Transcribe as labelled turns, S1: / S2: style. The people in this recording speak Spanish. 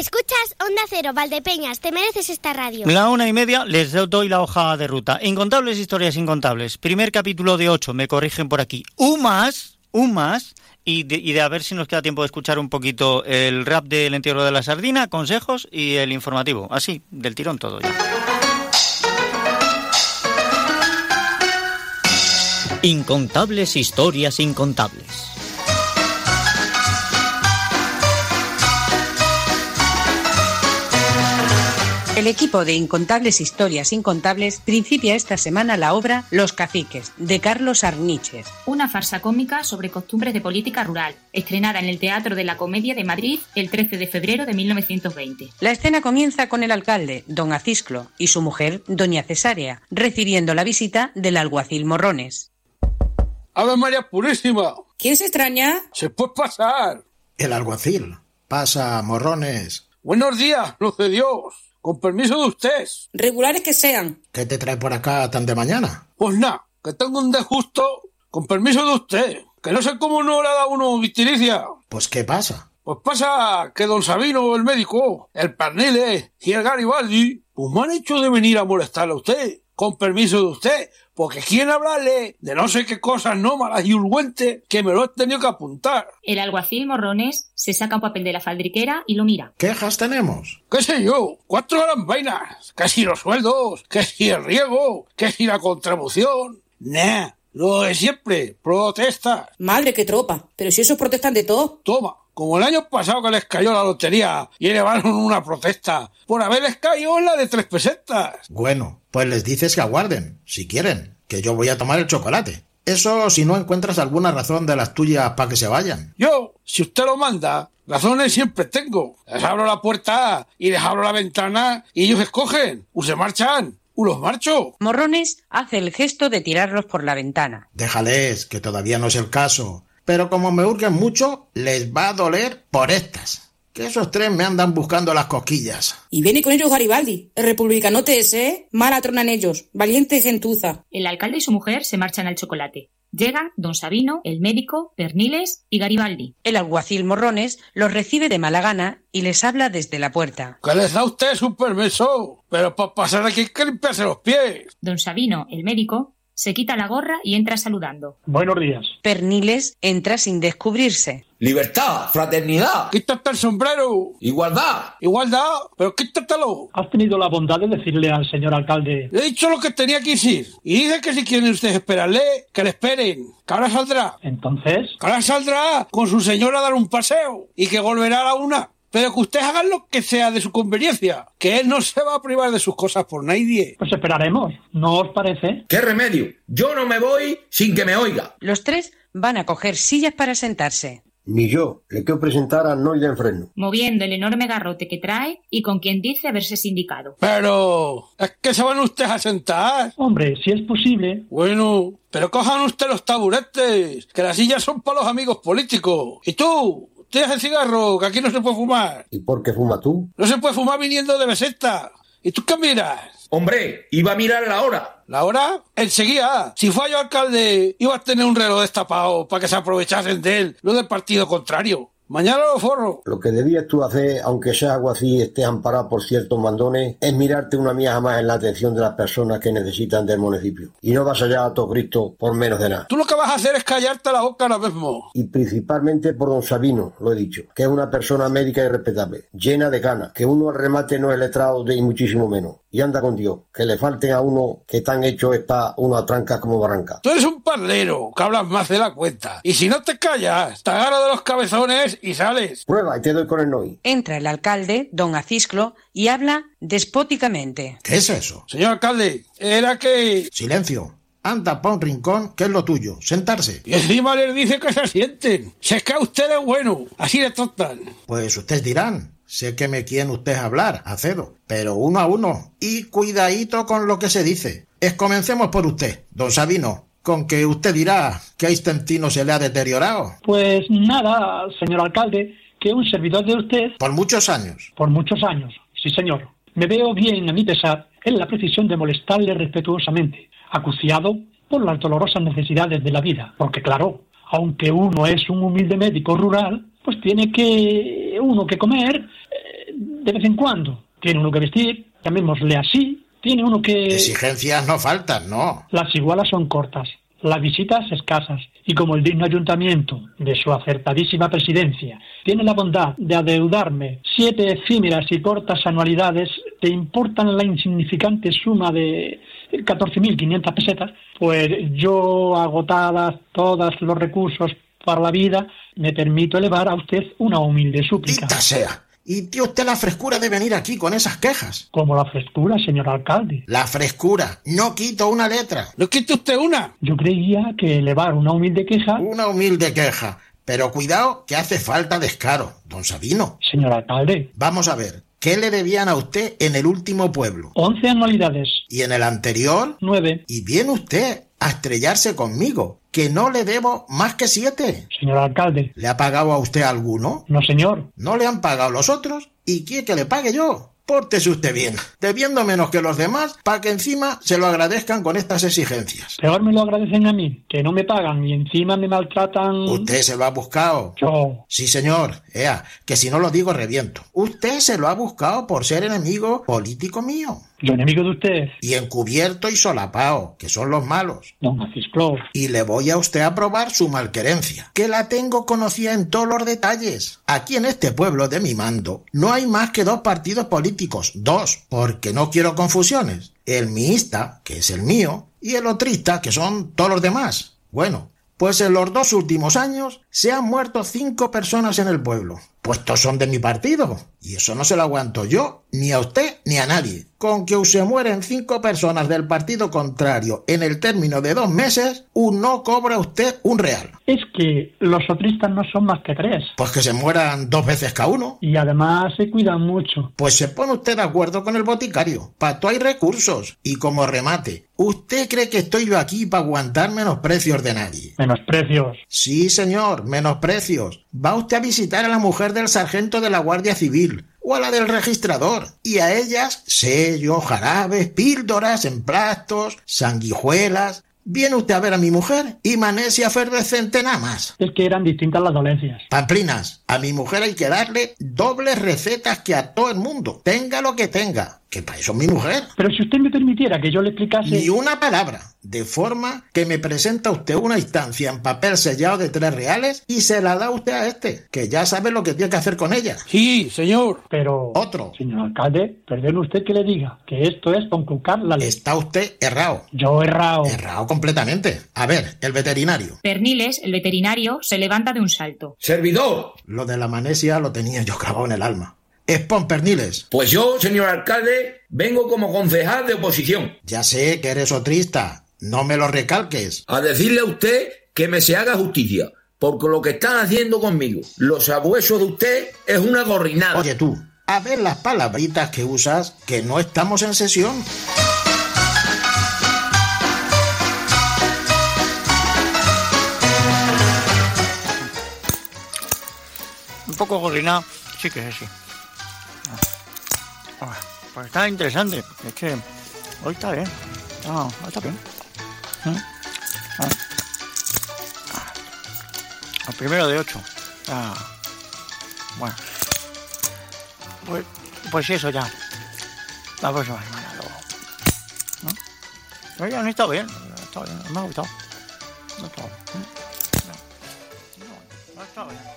S1: Escuchas Onda Cero, Valdepeñas, te mereces esta radio.
S2: La una y media les doy la hoja de ruta. Incontables historias incontables. Primer capítulo de ocho, me corrigen por aquí. Un más, un más. Y de, y de a ver si nos queda tiempo de escuchar un poquito el rap del entierro de la sardina, consejos y el informativo. Así, del tirón todo ya.
S3: Incontables historias incontables.
S4: El equipo de Incontables Historias Incontables principia esta semana la obra Los Caciques, de Carlos Arniches.
S5: Una farsa cómica sobre costumbres de política rural, estrenada en el Teatro de la Comedia de Madrid el 13 de febrero de 1920.
S4: La escena comienza con el alcalde, don Acisclo, y su mujer, doña Cesárea, recibiendo la visita del alguacil Morrones.
S6: ¡Ave María Purísima!
S7: ¿Quién se extraña?
S6: ¡Se puede pasar!
S8: El alguacil. Pasa, Morrones.
S6: Buenos días, luz de Dios. Con permiso de usted.
S7: Regulares que sean.
S8: ¿Qué te trae por acá tan de mañana?
S6: Pues nada, que tengo un desgusto. Con permiso de usted. Que no sé cómo no le ha dado uno vitilicia.
S8: Pues ¿qué pasa?
S6: Pues pasa que don Sabino, el médico, el Parnile y el Garibaldi, pues me han hecho de venir a molestarle a usted. Con permiso de usted. Porque quieren hablarle de no sé qué cosas no malas y urgentes que me lo he tenido que apuntar.
S5: El alguacil Morrones se saca un papel de la faldriquera y lo mira.
S8: ¿Quejas tenemos?
S6: ¿Qué sé yo? Cuatro gran vainas. Que si los sueldos, que si el riego, que si la contribución. Nah, lo de siempre. Protesta.
S7: Madre, qué tropa. Pero si esos protestan de todo.
S6: Toma. Como el año pasado que les cayó la lotería y elevaron una protesta por haberles caído en la de tres pesetas.
S8: Bueno, pues les dices que aguarden, si quieren, que yo voy a tomar el chocolate. Eso si no encuentras alguna razón de las tuyas para que se vayan.
S6: Yo, si usted lo manda, razones siempre tengo. Les abro la puerta y les abro la ventana y ellos escogen. O se marchan, o los marcho.
S4: Morrones hace el gesto de tirarlos por la ventana.
S8: Déjales, que todavía no es el caso. Pero como me urgen mucho, les va a doler por estas. Que esos tres me andan buscando las cosquillas.
S7: Y viene con ellos Garibaldi, el republicanote ese, mala tronan ellos, valiente gentuza.
S5: El alcalde y su mujer se marchan al chocolate. Llegan don Sabino, el médico, Perniles y Garibaldi.
S4: El alguacil Morrones los recibe de mala gana y les habla desde la puerta.
S6: Que les da usted su permiso, pero para pasar aquí hay que limpiarse los pies.
S5: Don Sabino, el médico, se quita la gorra y entra saludando.
S9: Buenos días.
S4: Perniles entra sin descubrirse.
S10: Libertad, fraternidad.
S6: Quítate el sombrero.
S10: Igualdad.
S6: Igualdad, pero quítatelo.
S9: ¿Has tenido la bondad de decirle al señor alcalde?
S6: Le he dicho lo que tenía que decir. Y dice que si quieren ustedes esperarle, que le esperen. Que ahora saldrá.
S9: Entonces.
S6: Que ahora saldrá con su señora a dar un paseo. Y que volverá a la una. Pero que ustedes hagan lo que sea de su conveniencia, que él no se va a privar de sus cosas por nadie.
S9: Pues esperaremos, ¿no os parece?
S10: ¿Qué remedio? Yo no me voy sin que me oiga.
S4: Los tres van a coger sillas para sentarse.
S11: Ni yo, le quiero presentar a Noida Freno.
S5: Moviendo el enorme garrote que trae y con quien dice haberse sindicado.
S6: Pero... ¿Es que se van ustedes a sentar?
S9: Hombre, si es posible.
S6: Bueno, pero cojan ustedes los taburetes, que las sillas son para los amigos políticos. ¿Y tú? Deja el cigarro, que aquí no se puede fumar.
S11: ¿Y por qué fuma tú?
S6: No se puede fumar viniendo de beseta. ¿Y tú qué miras?
S10: Hombre, iba a mirar la hora.
S6: ¿La hora? Enseguida. Si fue yo alcalde, iba a tener un reloj destapado para que se aprovechasen de él, no del partido contrario. Mañana lo forro.
S11: Lo que debías tú hacer, aunque seas algo así, estés amparado por ciertos mandones, es mirarte una mía más en la atención de las personas que necesitan del municipio. Y no vas allá a todo Cristo por menos de nada.
S6: Tú lo que vas a hacer es callarte la boca ahora mismo.
S11: Y principalmente por don Sabino, lo he dicho, que es una persona médica y respetable, llena de ganas, que uno al remate no es letrado de y muchísimo menos. Y anda con Dios, que le falten a uno que tan hecho es para una tranca como barranca.
S6: Tú eres un parlero, que hablas más de la cuenta. Y si no te callas, te agarro de los cabezones y sales.
S11: Prueba y te doy con el noi.
S4: Entra el alcalde, don Acisclo, y habla despóticamente.
S8: ¿Qué es eso?
S6: Señor alcalde, era que...
S8: Silencio. Anda pa' un rincón, que es lo tuyo, sentarse.
S6: Y encima les dice que se sienten. Si es que a ustedes bueno, así les tratan.
S8: Pues ustedes dirán. Sé que me quieren ustedes hablar, acedo, pero uno a uno. Y cuidadito con lo que se dice. Es comencemos por usted, don Sabino, con que usted dirá que a Istentino se le ha deteriorado.
S9: Pues nada, señor alcalde, que un servidor de usted...
S8: Por muchos años.
S9: Por muchos años, sí señor. Me veo bien, a mi pesar, en la precisión de molestarle respetuosamente, acuciado por las dolorosas necesidades de la vida. Porque claro, aunque uno es un humilde médico rural, pues tiene que uno que comer, eh, de vez en cuando. Tiene uno que vestir, llamémosle así, tiene uno que...
S8: Exigencias no faltan, ¿no?
S9: Las igualas son cortas, las visitas escasas, y como el digno ayuntamiento de su acertadísima presidencia tiene la bondad de adeudarme siete efímeras y cortas anualidades que importan la insignificante suma de 14.500 pesetas, pues yo, agotadas todos los recursos para la vida, me permito elevar a usted una humilde súplica.
S8: sea! Y tío, usted la frescura de venir aquí con esas quejas.
S9: Como la frescura, señor alcalde.
S8: La frescura. No quito una letra.
S6: ¿No quita usted una?
S9: Yo creía que elevar una humilde queja,
S8: Una humilde queja. Pero cuidado que hace falta descaro, don Sabino.
S9: señor alcalde,
S8: Vamos a ver, ¿qué le debían a usted en el último pueblo?
S9: 11 anualidades,
S8: Y en el anterior,
S9: 9.
S8: y viene usted a estrellarse conmigo, que no le debo más que siete.
S9: Señor alcalde,
S8: ¿Le ha pagado a usted alguno?
S9: no señor,
S8: ¿No le han pagado los otros? ¿Y quiere que le pague yo? Pórtese usted bien, debiendo menos que los demás, para que encima se lo agradezcan con estas exigencias.
S9: peor me lo agradecen a mí, que no me pagan y encima me maltratan.
S8: Usted se lo ha buscado.
S9: Yo,
S8: Sí, señor. Ea, que si no lo digo reviento. Usted se lo ha buscado por ser enemigo político mío.
S9: yo enemigo de usted,
S8: Y encubierto y solapao, que son los malos.
S9: don Francisco,
S8: Y le voy a usted a probar su malquerencia, que la tengo conocida en todos los detalles. Aquí en este pueblo de mi mando no hay más que dos partidos políticos, dos, porque no quiero confusiones. El miista, que es el mío, y el otrista, que son todos los demás. Bueno, pues en los dos últimos años se han muerto cinco personas en el pueblo. Pues todos son de mi partido. Y eso no se lo aguanto yo, ni a usted, ni a nadie. Con que se mueren cinco personas del partido contrario en el término de dos meses, un no cobra usted un real.
S9: Es que los otristas no son más que tres.
S8: Pues que se mueran dos veces cada uno.
S9: Y además se cuidan mucho.
S8: Pues se pone usted de acuerdo con el boticario. Para todo hay recursos. Y como remate, ¿usted cree que estoy yo aquí para aguantarme los precios de nadie?
S9: Menosprecios.
S8: Sí, señor, menosprecios. Va usted a visitar a la mujer del sargento de la Guardia Civil o a la del registrador, y a ellas sellos, jarabes, píldoras, emplastos, sanguijuelas. Viene usted a ver a mi mujer y manesia efervescente nada más.
S9: Es que eran distintas las dolencias.
S8: Pamplinas, a mi mujer hay que darle dobles recetas que a todo el mundo, tenga lo que tenga, que para eso es mi mujer.
S9: Pero si usted me permitiera que yo le
S8: Ni
S9: explicase...
S8: una palabra, de forma que me presenta usted una instancia en papel sellado de tres reales y se la da usted a este, que ya sabe lo que tiene que hacer con ella.
S6: Sí, señor.
S9: Pero...
S8: Otro.
S9: Señor alcalde, perdone usted que le diga que esto es conculcar la ley.
S8: Está usted errado,
S9: Yo he errado.
S8: errado completamente. A ver, el veterinario.
S5: Perniles, el veterinario, se levanta de un salto.
S10: Servidor.
S8: Lo de la manesia lo tenía yo grabado en el alma. Espon Perniles,
S10: Pues yo, señor alcalde, vengo como concejal de oposición
S8: ya sé que eres otrista, no me lo recalques.
S10: a decirle a usted que me se haga justicia. Porque lo que están haciendo conmigo, los abuesos de usted, es una gorrinada.
S8: Oye tú, a ver las palabritas que usas, que no estamos en sesión.
S2: Un poco gorrinado, sí que es así. Ah, Pues está interesante. Es que hoy está bien. Ah, hoy está bien. Mm. Ah. El primero de ocho. Ah. Bueno. Pues, pues eso ya. La próxima semana luego. ¿No? Oye, han estado bien. Está bien. Me ha gustado. No está bien. Mm. No. No, no está bien.